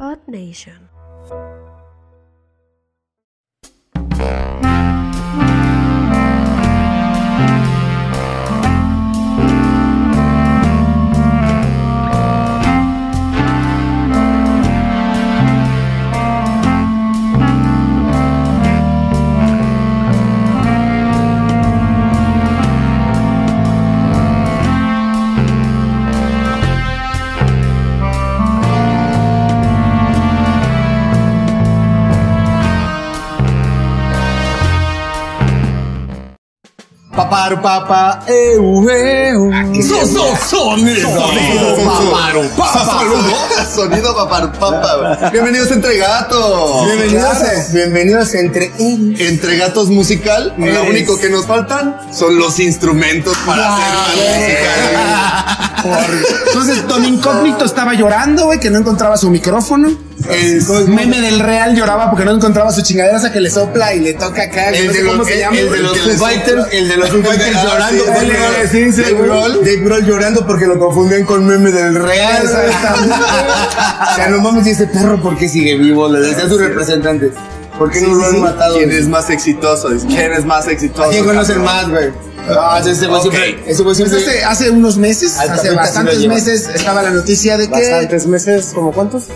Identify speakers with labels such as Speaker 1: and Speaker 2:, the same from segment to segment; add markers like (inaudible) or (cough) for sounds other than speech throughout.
Speaker 1: Earth Nation.
Speaker 2: Paparu papa, eu, eu.
Speaker 3: Son- son- sonido.
Speaker 2: Sonido paparu papa.
Speaker 4: Sonido paparupapa. Bienvenidos a Entre Gatos.
Speaker 2: Bienvenidos,
Speaker 4: Claro.
Speaker 2: a, bienvenidos a entre ellos.
Speaker 4: Entre Gatos Musical. Lo
Speaker 2: Eres.
Speaker 4: único que nos faltan son los instrumentos para hacer la
Speaker 3: Entonces,
Speaker 2: Don Incógnito estaba llorando, güey, que no encontraba su micrófono.
Speaker 4: Es-
Speaker 2: El meme del Real lloraba porque no encontraba su chingadera esa que le sopla y le toca acá.
Speaker 4: El
Speaker 2: no
Speaker 4: de
Speaker 2: sé
Speaker 4: los-
Speaker 2: cómo se
Speaker 4: el-
Speaker 2: llama.
Speaker 4: el de los
Speaker 2: que le
Speaker 4: Foo Fighters,
Speaker 2: sopla.
Speaker 4: el de los Foo Fighters
Speaker 2: Ah, sí,
Speaker 4: llorando,
Speaker 2: sí,
Speaker 4: Dave Grohl.
Speaker 2: sí, sí,
Speaker 4: Dave
Speaker 2: güey.
Speaker 4: Grohl.
Speaker 2: Dave Grohl llorando porque lo confundían con meme del Real.
Speaker 4: música.
Speaker 2: o sea, no mames, ¿y este perro por qué sigue vivo? Le decía a sus representantes. ¿Por qué no lo han matado?
Speaker 4: ¿Quién es más exitoso? Es- ¿Quién es más exitoso?
Speaker 2: ¿Quién conocen
Speaker 4: cabrón?
Speaker 2: más, güey? Ah, ese güey
Speaker 4: Ok.
Speaker 2: siempre. Ese güey siempre. hace, hace unos meses,
Speaker 5: Al
Speaker 2: hace
Speaker 5: tapete
Speaker 2: bastantes
Speaker 5: sí lo lleva.
Speaker 2: meses, estaba la noticia de que.
Speaker 5: Bastantes meses, ¿como cuántos?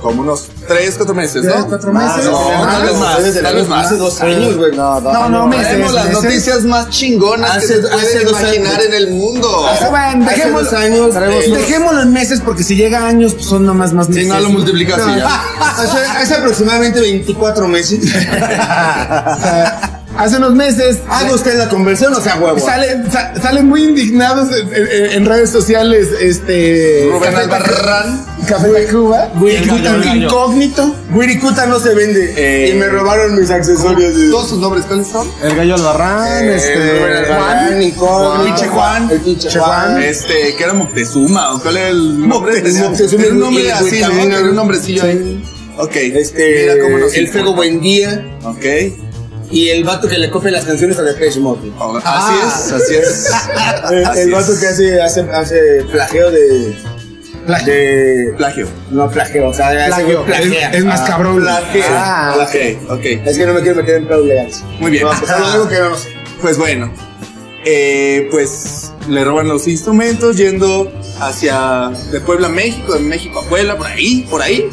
Speaker 4: Como unos tres, cuatro meses,
Speaker 2: Tres,
Speaker 4: ¿no?
Speaker 2: cuatro
Speaker 4: Más,
Speaker 2: meses. Ah,
Speaker 4: no,
Speaker 2: Más.
Speaker 4: tal vez más. Tal vez más.
Speaker 5: Hace dos años, güey. No, dos
Speaker 2: No, no,
Speaker 5: años.
Speaker 2: meses.
Speaker 4: Tenemos las
Speaker 2: meses.
Speaker 4: noticias más chingonas
Speaker 5: Hace-
Speaker 4: que se
Speaker 5: hace
Speaker 4: pueden
Speaker 5: dos
Speaker 4: imaginar
Speaker 5: años.
Speaker 4: en el mundo.
Speaker 2: Ah, bueno,
Speaker 5: Hace
Speaker 2: dejémoslo-
Speaker 5: dos años.
Speaker 4: traemos-
Speaker 5: eh,
Speaker 2: Dejémoslo en meses porque si llega a años, pues son nomás más meses.
Speaker 4: Si no lo multiplicas y ya.
Speaker 5: (laughs)
Speaker 2: hace, hace aproximadamente 24 meses.
Speaker 4: (laughs)
Speaker 2: O sea, hace unos meses.
Speaker 5: Haga usted la conversión, o sea, huevo.
Speaker 2: Salen, sa- salen muy indignados en, en- en redes sociales, este...
Speaker 4: Rubén
Speaker 2: Café
Speaker 4: Albarrán.
Speaker 2: Tacu- Café de Cuba.
Speaker 3: gallo, el gallo.
Speaker 2: incógnito.
Speaker 5: Wirikuta no se vende.
Speaker 4: Eh,
Speaker 5: y me robaron mis accesorios. Eh,
Speaker 4: Todos sus nombres, ¿cuáles son?
Speaker 3: El gallo Albarrán,
Speaker 4: Eh,
Speaker 3: este.
Speaker 5: Juan, Nicole,
Speaker 4: Juan. Pinche Juan.
Speaker 5: El pinche Juan.
Speaker 4: Este, que era Moctezuma, ¿o cuál era el nombre?
Speaker 5: Moctezuma.
Speaker 4: Tenía- tenía un nombre
Speaker 5: Y-
Speaker 4: así, ¿no?
Speaker 5: también
Speaker 4: Tenía
Speaker 5: era-
Speaker 4: un nombrecillo ahí. Ok.
Speaker 5: Este,
Speaker 4: Mira cómo nos
Speaker 5: el
Speaker 4: importa.
Speaker 5: Fego Buendía
Speaker 4: Ok.
Speaker 5: y el vato que le copia las canciones a Depeche Mode.
Speaker 4: Ahora,
Speaker 5: Ah.
Speaker 4: Así es, así es.
Speaker 5: El,
Speaker 4: Así
Speaker 5: el
Speaker 4: es.
Speaker 5: vato que hace, hace, hace plagio de.
Speaker 2: Plagio.
Speaker 5: de-
Speaker 4: Plagio.
Speaker 5: no, plagio, o sea, ese güey plagea.
Speaker 2: Es, es más
Speaker 5: Ah,
Speaker 2: cabrón.
Speaker 5: Plagea.
Speaker 4: Ah, ok, ok.
Speaker 5: Es que no me quiero meter en pedos legales.
Speaker 4: Muy bien.
Speaker 5: No, pues, es lo único que no sé.
Speaker 4: Pues bueno, eh, pues le roban los instrumentos yendo hacia de Puebla a México, de México a Puebla, por ahí, por ahí.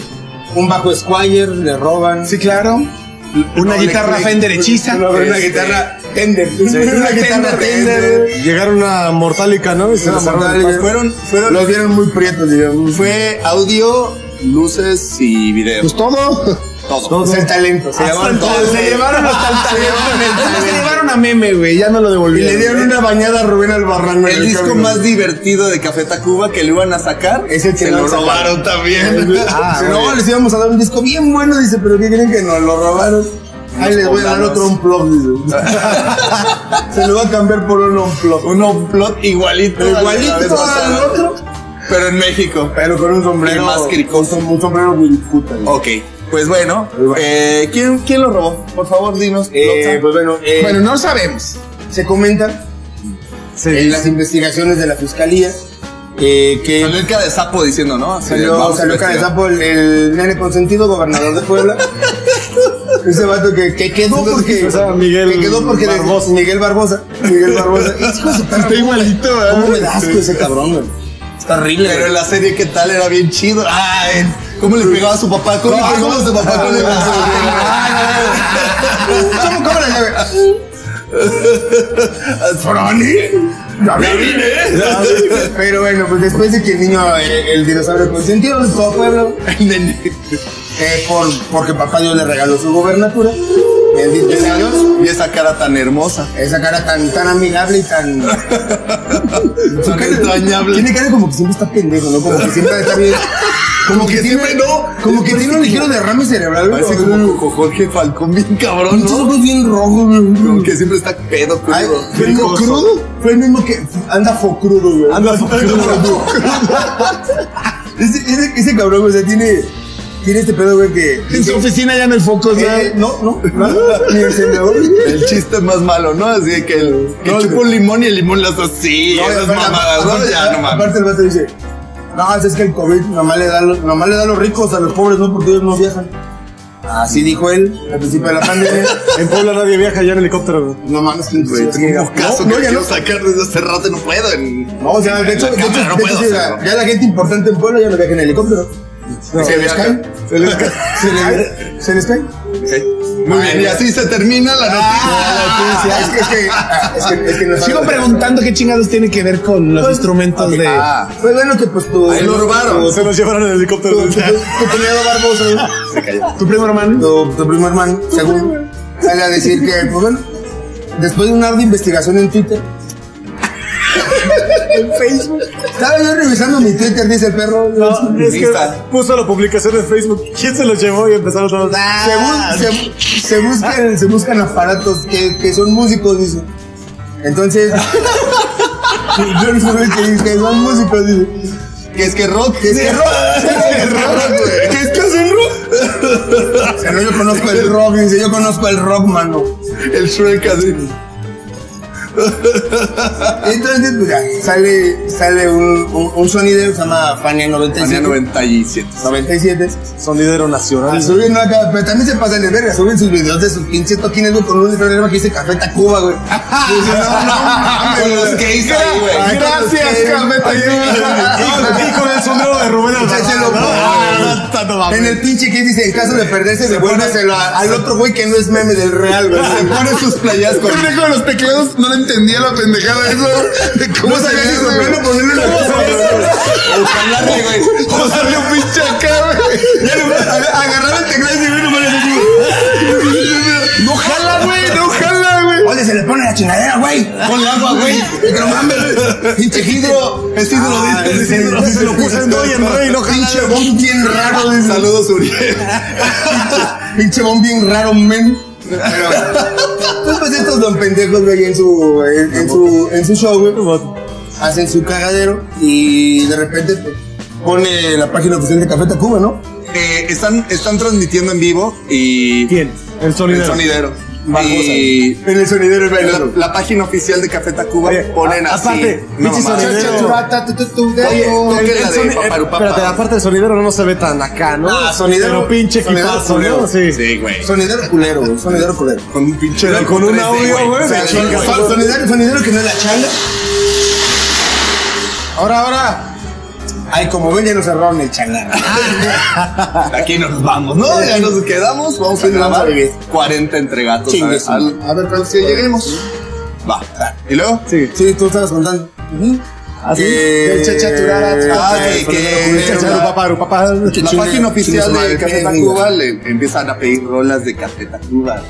Speaker 5: Un bajo Squire le roban.
Speaker 2: Sí, claro. Una
Speaker 4: No, le-
Speaker 2: guitarra
Speaker 4: le-
Speaker 2: Fender hechiza.
Speaker 5: Una, una
Speaker 4: Este-
Speaker 5: guitarra tender. una guitarra
Speaker 4: Tender,
Speaker 5: tender.
Speaker 3: Llegaron a Mortálica, ¿no? Y se les armaron el paso.
Speaker 4: Fueron, fueron,
Speaker 5: Los vieron muy prietos, digamos.
Speaker 4: fue audio, luces y video.
Speaker 2: Pues todo.
Speaker 4: Todo.
Speaker 5: O sea, el talento. Se llamaron
Speaker 4: todo.
Speaker 5: Se llevaron hasta el talento.
Speaker 2: Se llevaron a meme, güey. Ya no lo
Speaker 5: Y
Speaker 2: devolvieron.
Speaker 5: le dieron una bañada a Rubén Albarrán.
Speaker 4: El disco más divertido de Café Tacuba que lo iban a sacar,
Speaker 5: Es el que
Speaker 4: se
Speaker 5: no
Speaker 4: lo
Speaker 5: sacaron.
Speaker 4: robaron también.
Speaker 5: Si no, les íbamos a dar un disco bien bueno, dice, pero ¿qué creen que nos lo robaron? Ahí
Speaker 4: Unos
Speaker 5: les voy a dar
Speaker 4: poblanos.
Speaker 5: otro unplug, dice. (laughs) Se lo va a cambiar por un unplug.
Speaker 4: Un plot igualito. al de la vez
Speaker 5: Igualito al
Speaker 4: pasada,
Speaker 5: otro,
Speaker 4: Pero en México.
Speaker 5: pero con un sombrero.
Speaker 4: Y más cricoso.
Speaker 5: Un, un sombrero Wirikuta. güey.
Speaker 4: Ok, pues bueno, eh, ¿quién, ¿quién lo robó? Por favor, dinos.
Speaker 5: Eh,
Speaker 4: Lotsa.
Speaker 5: pues bueno, eh,
Speaker 2: Bueno, no sabemos.
Speaker 5: se comenta
Speaker 3: Se
Speaker 5: en
Speaker 3: dice.
Speaker 5: las investigaciones de la fiscalía eh, que
Speaker 4: Salió el cara de sapo diciendo, ¿no? Así de,
Speaker 5: Salió,
Speaker 4: vamos a
Speaker 5: salió cara de
Speaker 4: investigar.
Speaker 5: sapo el, el nene consentido, gobernador de Puebla. Ese vato que, que quedó porque.
Speaker 3: o sea, Miguel
Speaker 5: que quedó porque. de-
Speaker 3: Barbosa.
Speaker 5: Miguel Barbosa. Miguel Barbosa. Hijo de su perra,
Speaker 3: Está igualito,
Speaker 5: ¿Cómo me
Speaker 3: ¿eh?
Speaker 5: da asco ese cabrón, güey? Está horrible.
Speaker 4: Pero en la serie, ¿qué tal? Era bien chido. Ay, ¿cómo le pegaba a su papá? ¿Cómo Ah, le pegaba a su papá? ¿Cómo le pegaba a su papá? ¿Cómo, cómo la llave? ¿Froni? Ah, ¿Ya vine?
Speaker 5: güey. Pero bueno, pues después de que el niño, el, el dinosaurio consentido, de todo Puebla, eh, por, porque papá Dios le regaló su gobernatura, bendito sea Dios,
Speaker 4: Y esa cara tan hermosa.
Speaker 5: esa cara tan, tan amigable y
Speaker 4: (laughs)
Speaker 5: tan.
Speaker 4: Tan
Speaker 5: Tiene
Speaker 4: entrañable.
Speaker 5: cara como que siempre está pendejo, ¿no? Como que siempre está bien. Como que, siempre no. Como que tiene un ligero derrame cerebral. güey.
Speaker 4: Parece como Coco Jorge Falcón, bien cabrón,
Speaker 5: Pinches
Speaker 4: ¿no?
Speaker 5: ojos bien rojos, güey.
Speaker 4: Como que siempre está pedo,
Speaker 5: Ay,
Speaker 4: crudo.
Speaker 5: ¿Fue el mismo
Speaker 4: Cricoso.
Speaker 5: crudo? Fue el mismo que anda focrudo, güey.
Speaker 4: Anda focrudo. (laughs)
Speaker 5: ese, ese, ese cabrón, güey, o sea, tiene, tiene este pedo, güey, que.
Speaker 2: En su oficina ya no hay focos,
Speaker 5: Eh,
Speaker 2: ¿no?
Speaker 5: no, no, no, ni encendedor.
Speaker 4: El chiste más malo, ¿no? Así de que, el, que
Speaker 5: No,
Speaker 4: chupa
Speaker 5: güey.
Speaker 4: un limón y el limón las hace así.
Speaker 5: No,
Speaker 4: esas
Speaker 5: aparte-
Speaker 4: mamadas, ¿no?
Speaker 5: aparte-
Speaker 4: Ya, no mames.
Speaker 5: Aparte el vato dice, No, es que el COVID nomás le, da, a los- nomás le da a los ricos, a los pobres no, porque ellos no viajan. Así dijo él al principio de la
Speaker 4: (laughs)
Speaker 5: pandemia.
Speaker 3: En Puebla nadie viaja ya en helicóptero, güey.
Speaker 5: no mames, que
Speaker 4: Güey, tengo un caso
Speaker 5: no,
Speaker 4: que
Speaker 5: ya
Speaker 4: quiero
Speaker 5: no.
Speaker 4: sacar desde hace rato y no puedo. En...
Speaker 5: No, o sea, de hecho,
Speaker 4: La
Speaker 5: de hecho,
Speaker 4: cámara no
Speaker 5: de
Speaker 4: puedo
Speaker 5: hecho, sí, la-
Speaker 4: hacerlo.
Speaker 5: ya la gente importante en pueblo ya no viaja en helicóptero.
Speaker 4: No,
Speaker 5: se, les cae,
Speaker 4: viaja.
Speaker 5: se les cae. Se
Speaker 4: (laughs)
Speaker 5: les, se les cae.
Speaker 4: Muy bien, y así se termina la Ah.
Speaker 5: Ah.
Speaker 4: noticia.
Speaker 5: es, que, es, que, es, que, es que no es
Speaker 2: Sigo
Speaker 5: algo-
Speaker 2: preguntando qué chingados tiene que ver con los
Speaker 5: Pues,
Speaker 2: instrumentos
Speaker 5: ok,
Speaker 2: de.
Speaker 5: ah, pues bueno, que pues tu.
Speaker 4: Ahí lo robaron.
Speaker 5: tu-
Speaker 3: Se nos llevaron en helicóptero.
Speaker 5: Tu, tu,
Speaker 3: güey.
Speaker 5: tu cuñado Barbosa,
Speaker 4: Se cayó.
Speaker 2: Tu primo hermano.
Speaker 5: tu, tu primo hermano, según, sale a decir que, pues bueno, después de una ardua investigación en Twitter, en Facebook, estaba yo revisando mi Twitter, dice el perro.
Speaker 3: No, es que
Speaker 4: Lista.
Speaker 3: puso la publicación en Facebook. ¿Quién se los llevó? Y empezaron todos.
Speaker 5: Se,
Speaker 2: Ah,
Speaker 5: bus- se- se buscan, se buscan aparatos que, que son músicos, dice. Entonces, (laughs) yo no sé qué dice, que son músicos, dice.
Speaker 4: Que es que rock.
Speaker 5: Que es que rock, que es rock,
Speaker 4: ¿Qué es que hacen rock?
Speaker 5: O sea, no, yo conozco el rock, dice, yo conozco el rock, mano.
Speaker 4: El Shrek así.
Speaker 5: Entonces, pues ya, sale, sale un, un, un sonidero que se llama Fania 97.
Speaker 4: Tenía 97.
Speaker 5: 97.
Speaker 3: Sonidero
Speaker 5: Y
Speaker 3: nacional.
Speaker 5: suben acá, pero también se pasan de verga, suben sus videos de sus pinches toquines, güey, con un letrero que dice Café Tacuba, güey. Y (laughs) dice, no, no, mames,
Speaker 4: Con los
Speaker 5: güey.
Speaker 4: que hizo ahí, güey.
Speaker 5: Ay,
Speaker 4: Gracias,
Speaker 5: con los que-
Speaker 4: Café
Speaker 3: Y
Speaker 5: Ay,
Speaker 3: con el sombrero de Rubén Alvarado.
Speaker 5: Échelo,
Speaker 3: No,
Speaker 5: güey.
Speaker 3: ah, tanto mames.
Speaker 5: En el pinche que dice, en caso de perderse, devuélvaselo a- al otro güey que no es meme del real, güey.
Speaker 4: Se pone sus
Speaker 5: (laughs)
Speaker 4: playas con.
Speaker 5: con los teclados no le entendía la pendejada
Speaker 4: (laughs)
Speaker 5: eso. ¿Cómo se
Speaker 4: se
Speaker 5: ve?
Speaker 4: llama, güey?
Speaker 5: bueno ponerle una
Speaker 4: Hablarle, güey. O darle un pinche acá, güey.
Speaker 5: Agarrar el teclado y decir, bueno, (laughs) No jala, güey, no jala, güey. Oye, se le pone la chingadera, güey.
Speaker 4: Ponle agua, güey.
Speaker 5: No mames, pinche hidro.
Speaker 4: Es hidro,
Speaker 5: Ah,
Speaker 4: dice,
Speaker 5: sí,
Speaker 4: es hidro.
Speaker 5: sí,
Speaker 3: Se lo puse en do y en re y no jala.
Speaker 5: Pinche bomb bien raro, dice.
Speaker 4: Saludos, Uriel.
Speaker 5: Pinche bomb bien raro, men. Pero, pues, pues estos don pendejos, güey, en su, en, en su, en su show, güey. hacen su cagadero y de repente pues, pone la página oficial de Café Tacuba, ¿no?
Speaker 4: Eh, están, están transmitiendo en vivo y.
Speaker 3: ¿Quién? El
Speaker 4: El
Speaker 3: sonidero.
Speaker 4: sonidero.
Speaker 5: Barbosa.
Speaker 4: Y.
Speaker 5: En el sonidero del
Speaker 4: La, la página oficial de Café Tacuba
Speaker 3: Oye,
Speaker 4: ponen
Speaker 3: a-
Speaker 4: así.
Speaker 3: aparte,
Speaker 4: no,
Speaker 3: pinche
Speaker 4: mamá.
Speaker 3: sonidero.
Speaker 4: Oye, toque la de
Speaker 3: soni-
Speaker 4: Paparupapa.
Speaker 3: Espérate, aparte del sonidero no se ve tan acá, ¿no?
Speaker 5: Ah, sonidero-
Speaker 3: Pero pinche
Speaker 5: sonidero
Speaker 3: equipazo,
Speaker 5: culero.
Speaker 3: ¿no? Sí.
Speaker 4: Sí, güey.
Speaker 5: Sonidero culero, güey, sonidero culero.
Speaker 4: Con un pinche.
Speaker 3: Pero con un
Speaker 4: 3D,
Speaker 3: audio, güey,
Speaker 4: O sea,
Speaker 3: de
Speaker 4: son-
Speaker 3: chinga.
Speaker 4: son-
Speaker 5: Son- Sonidero, sonidero que no es la changa. Ahora, ahora. Ay, como ven, ya nos cerraron el changar.
Speaker 4: Ah, Aquí nos vamos, ¿no? Ya nos quedamos. Vamos a
Speaker 5: Sí, vamos a
Speaker 4: grabar
Speaker 5: vivir.
Speaker 4: 40
Speaker 5: (laughs)
Speaker 4: entregatos.
Speaker 5: Chingue
Speaker 4: a-
Speaker 5: su
Speaker 4: pues, al-
Speaker 5: madre. A ver, cuando
Speaker 4: que lleguemos. Va. ¿Y luego?
Speaker 3: Sí.
Speaker 5: Sí, tú estabas contando. Eh,
Speaker 3: Así.
Speaker 5: Que-
Speaker 3: El chachaturara.
Speaker 4: Ah,
Speaker 5: eh,
Speaker 4: que-
Speaker 3: El
Speaker 4: que.
Speaker 3: chacharupaparupapá.
Speaker 4: La
Speaker 5: chingue-
Speaker 4: página
Speaker 5: chingue
Speaker 4: oficial
Speaker 5: su
Speaker 4: de
Speaker 5: madre,
Speaker 4: Café
Speaker 5: venga.
Speaker 4: Tacuba le empiezan a pedir rolas de Café Tacuba.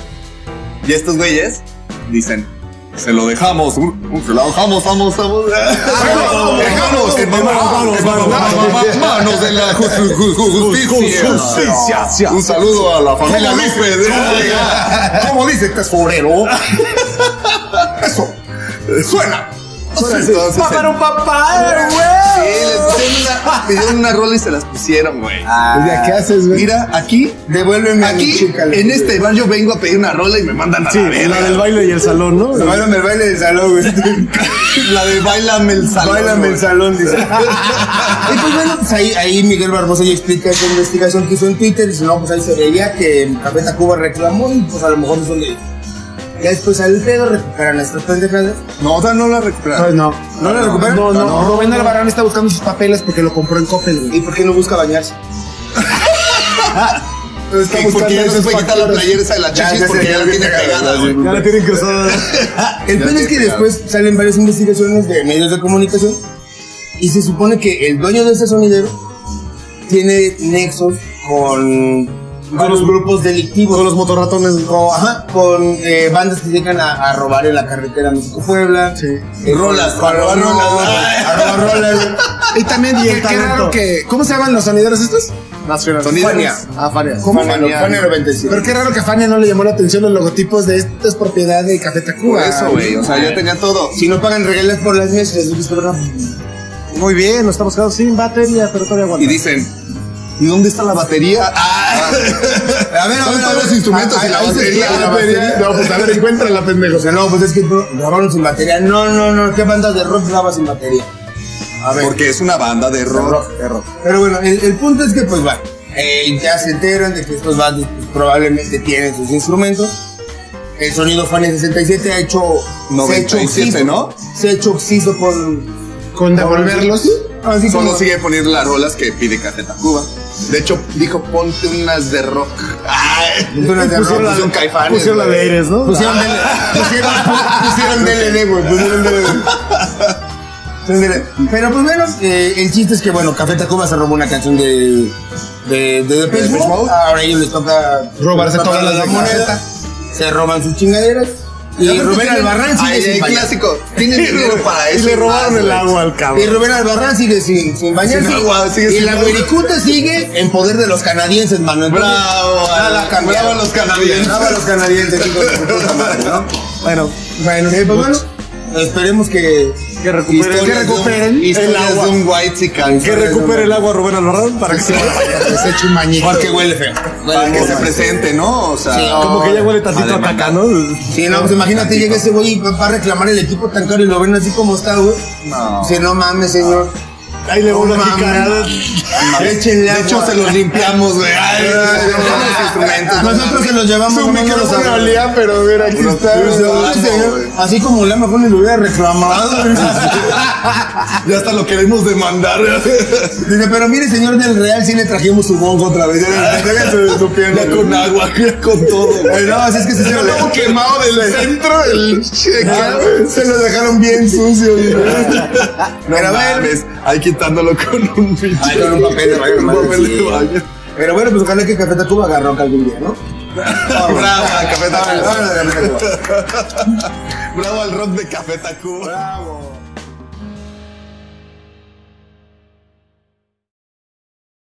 Speaker 4: Y estos güeyes dicen. Se lo dejamos, uh, uh, se lo dejamos, vamos, vamos. (laughs) Dejamos, que
Speaker 3: vamos, vamos,
Speaker 4: que
Speaker 3: vamos,
Speaker 4: mamá- manos de la ju- ju- ju-
Speaker 3: Justicia, sí.
Speaker 4: Un saludo a la familia López.
Speaker 5: ¿Cómo dice este
Speaker 4: (laughs)
Speaker 5: tesorero? Eso.
Speaker 4: Suena. Entonces,
Speaker 3: Paparupapá,
Speaker 4: Sí,
Speaker 3: güey.
Speaker 4: les pusieron una, pidieron una rola y se las pusieron, güey.
Speaker 5: ¿Qué haces, güey?
Speaker 4: Mira, aquí,
Speaker 5: Devuélveme a mi
Speaker 4: aquí,
Speaker 5: chica.
Speaker 4: en este bar yo vengo a pedir una rola y me mandan a
Speaker 2: Ah,
Speaker 4: la
Speaker 3: Sí,
Speaker 4: verga.
Speaker 3: la del baile y el salón, ¿no?
Speaker 5: Devuélveme el baile del salón, güey.
Speaker 4: (laughs) La de Bailame el salón.
Speaker 5: Bailame el
Speaker 4: güey. Ah,
Speaker 5: salón, dice. (laughs) y pues bueno, pues ahí, ahí Miguel Barbosa ya explica esa investigación que hizo en Twitter. Dice, no, pues ahí se veía que Café Tacuba reclamó y pues a lo mejor no son de ellos. Ya después al pedo recuperan estas pendejadas.
Speaker 4: No, o sea, no la recuperaron.
Speaker 2: no.
Speaker 5: ¿No la recuperan?
Speaker 2: No, no, Rubén Albarrán está buscando sus papeles porque lo compró en Coppel, güey.
Speaker 5: ¿Y por qué no busca
Speaker 4: (laughs)
Speaker 5: bañarse?
Speaker 4: Sí, porque ya no se puede quitar la playera esa de la
Speaker 5: Ya,
Speaker 4: chichis
Speaker 5: ya
Speaker 4: porque
Speaker 5: se-
Speaker 4: ya la
Speaker 5: ya
Speaker 4: tiene
Speaker 5: se-
Speaker 4: pegada, güey.
Speaker 3: Ya la tienen cruzada.
Speaker 2: (laughs)
Speaker 5: El
Speaker 4: Ya
Speaker 5: pedo es
Speaker 4: te
Speaker 5: que
Speaker 4: he pegado.
Speaker 5: después salen varias investigaciones de medios de comunicación y se supone que el dueño de ese sonidero tiene nexos con varios grupos delictivos.
Speaker 3: Con los motorratones.
Speaker 5: Con, ajá, con, eh, bandas que llegan a, a robar en la carretera México-Puebla. Eh,
Speaker 4: Rolas,
Speaker 5: con-
Speaker 4: a robar
Speaker 5: no,
Speaker 4: rolas.
Speaker 5: A (laughs) robar rolas.
Speaker 2: Y también,
Speaker 3: Y el
Speaker 2: qué, qué raro
Speaker 3: talento.
Speaker 2: que. ¿Cómo se llaman los sonideros estos?
Speaker 3: Nacional.
Speaker 4: Sonideros.
Speaker 2: Ah, Fania.
Speaker 5: ¿Cómo?
Speaker 4: Fania.
Speaker 5: Fania 97.
Speaker 2: Pero qué raro que a Fania no le llamó la atención los logotipos de estas es propiedad de Café
Speaker 4: Por
Speaker 5: Ah,
Speaker 2: Tacuba.
Speaker 4: eso, güey. O sea, yo tenía todo.
Speaker 5: Si no pagan regalas por las mías, les digo, "Cabrón".
Speaker 3: Muy bien, nos estamos quedando sin batería, pero todavía
Speaker 4: Y
Speaker 3: aguanta.
Speaker 4: dicen, ¿y dónde está la batería? Ah,
Speaker 5: A ver, a
Speaker 4: Son
Speaker 5: ver, a
Speaker 4: todos
Speaker 5: ver.
Speaker 4: los instrumentos
Speaker 5: Ah,
Speaker 4: y la
Speaker 5: ahí se
Speaker 4: batería,
Speaker 5: escucha
Speaker 4: la batería.
Speaker 5: No, pues a ver, encuéntrala, pendejo. O sea, no, pues es que bro, grabaron sin batería. No, no, no, ¿qué banda de rock graba sin batería? A ver.
Speaker 4: Porque es una banda de rock.
Speaker 5: rock, de rock. Pero bueno, el, el punto es que pues va, eh, ya se enteran de que estos bandos pues, probablemente tienen sus instrumentos. El sonido Fanny 67 ha hecho... se ha hecho
Speaker 4: 97,
Speaker 5: oxiso-
Speaker 4: ¿no?
Speaker 5: Se ha hecho oxiso por...
Speaker 3: Con devolverlos.
Speaker 5: Así
Speaker 4: Solo
Speaker 5: como-
Speaker 4: sigue poner las rolas que pide Café Tacuba. De hecho, dijo, ponte unas de rock. Ay,
Speaker 5: Unas de
Speaker 4: pusieron
Speaker 5: rock,
Speaker 4: la-
Speaker 5: pusieron Caifanes,
Speaker 3: Pusieron la
Speaker 5: güey.
Speaker 3: Pues de Eres, ¿no?
Speaker 5: Pusieron, DL pusieron, pusieron DLD, güey. Pusieron DLD. Pusieron DLD. Pero pues bueno, eh, el chiste es que bueno, Café Tacuba se robó una canción de de, de Depeche
Speaker 4: Depeche
Speaker 5: Mode.
Speaker 4: Mode.
Speaker 5: Ahora a ellos les toca
Speaker 3: Robarse
Speaker 5: tocar
Speaker 3: todas las de
Speaker 5: moneda. Se roban sus chingaderas. Y Rubén Albarrán sigue
Speaker 4: Ay,
Speaker 5: sin
Speaker 4: el
Speaker 5: bañar.
Speaker 4: clásico. Tiene dinero para eso.
Speaker 3: le robaron el agua al
Speaker 5: Y
Speaker 3: cabrón.
Speaker 5: Rubén Albarrán sigue sin, sin bañarse.
Speaker 4: Sin agua, sigue
Speaker 5: y
Speaker 4: sin
Speaker 5: la
Speaker 4: agua.
Speaker 5: vericuta sigue en poder de los canadienses, mano. Entonces,
Speaker 4: Bravo,
Speaker 5: nada cambiaron.
Speaker 4: bravo a los canadienses.
Speaker 5: Bravo a los canadienses, hijos de su puta madre, ¿no?
Speaker 3: Bueno,
Speaker 5: Bueno, eh, pues bueno, esperemos que,
Speaker 3: Que recuperen-
Speaker 5: historias
Speaker 3: que recuperen
Speaker 5: de un-
Speaker 3: el
Speaker 5: historias
Speaker 3: agua.
Speaker 5: de un white chican.
Speaker 2: Ah,
Speaker 3: que recupere el agua Rubén Albarrán para que se
Speaker 5: eche un mañito. Porque huele feo.
Speaker 4: Para
Speaker 5: Huele
Speaker 4: que
Speaker 5: muy
Speaker 4: se
Speaker 5: mal.
Speaker 4: presente, ¿no? O sea,
Speaker 5: Sí,
Speaker 3: Como que ya huele tantito a
Speaker 4: Además,
Speaker 3: caca, ¿no?
Speaker 5: Sí, no, pues imagínate, llega ese güey y va va a reclamar el equipo tan caro y lo ven así como está, güey.
Speaker 4: No.
Speaker 5: Dice, no mames, señor.
Speaker 3: Ahí le va una
Speaker 5: No mames.
Speaker 3: jicarada.
Speaker 5: Échenle
Speaker 4: De
Speaker 5: agua.
Speaker 4: hecho, se los limpiamos, güey. Ay, los instrumentos.
Speaker 5: Nosotros se los llevamos.
Speaker 3: Su
Speaker 5: no mames, los
Speaker 3: micrófono
Speaker 5: agua.
Speaker 3: olía, pero mira, aquí
Speaker 5: Pero,
Speaker 3: está.
Speaker 5: pero,
Speaker 4: güey.
Speaker 5: sí, señor, Así como la mejor le hubiera reclamado.
Speaker 4: (laughs) Ya hasta lo queremos demandar.
Speaker 5: Dice, pero mire, señor del Real, sí le trajimos su bongo otra vez. Traigan su, su pierna.
Speaker 4: Ya con agua, ya con todo.
Speaker 5: Eh, No, así es que se
Speaker 4: Yo
Speaker 5: lo-
Speaker 4: luego quemado del centro del
Speaker 5: Ah,
Speaker 4: cheque.
Speaker 5: Se lo dejaron bien sucio. güey. Pero a ver,
Speaker 4: mames, ahí quitándolo con un pinche.
Speaker 5: Ay, con un papel de baño,
Speaker 4: (laughs) Un
Speaker 5: madre,
Speaker 4: papel
Speaker 5: sí.
Speaker 4: de baño.
Speaker 5: Pero bueno, pues ojalá que Café Tacuba agarró algún día, ¿no? Ah,
Speaker 4: Bravo, Café Tacuba.
Speaker 5: Vámonos, Café
Speaker 4: (laughs)
Speaker 5: Tacuba.
Speaker 4: Bravo al rock de Café Tacuba. Bravo.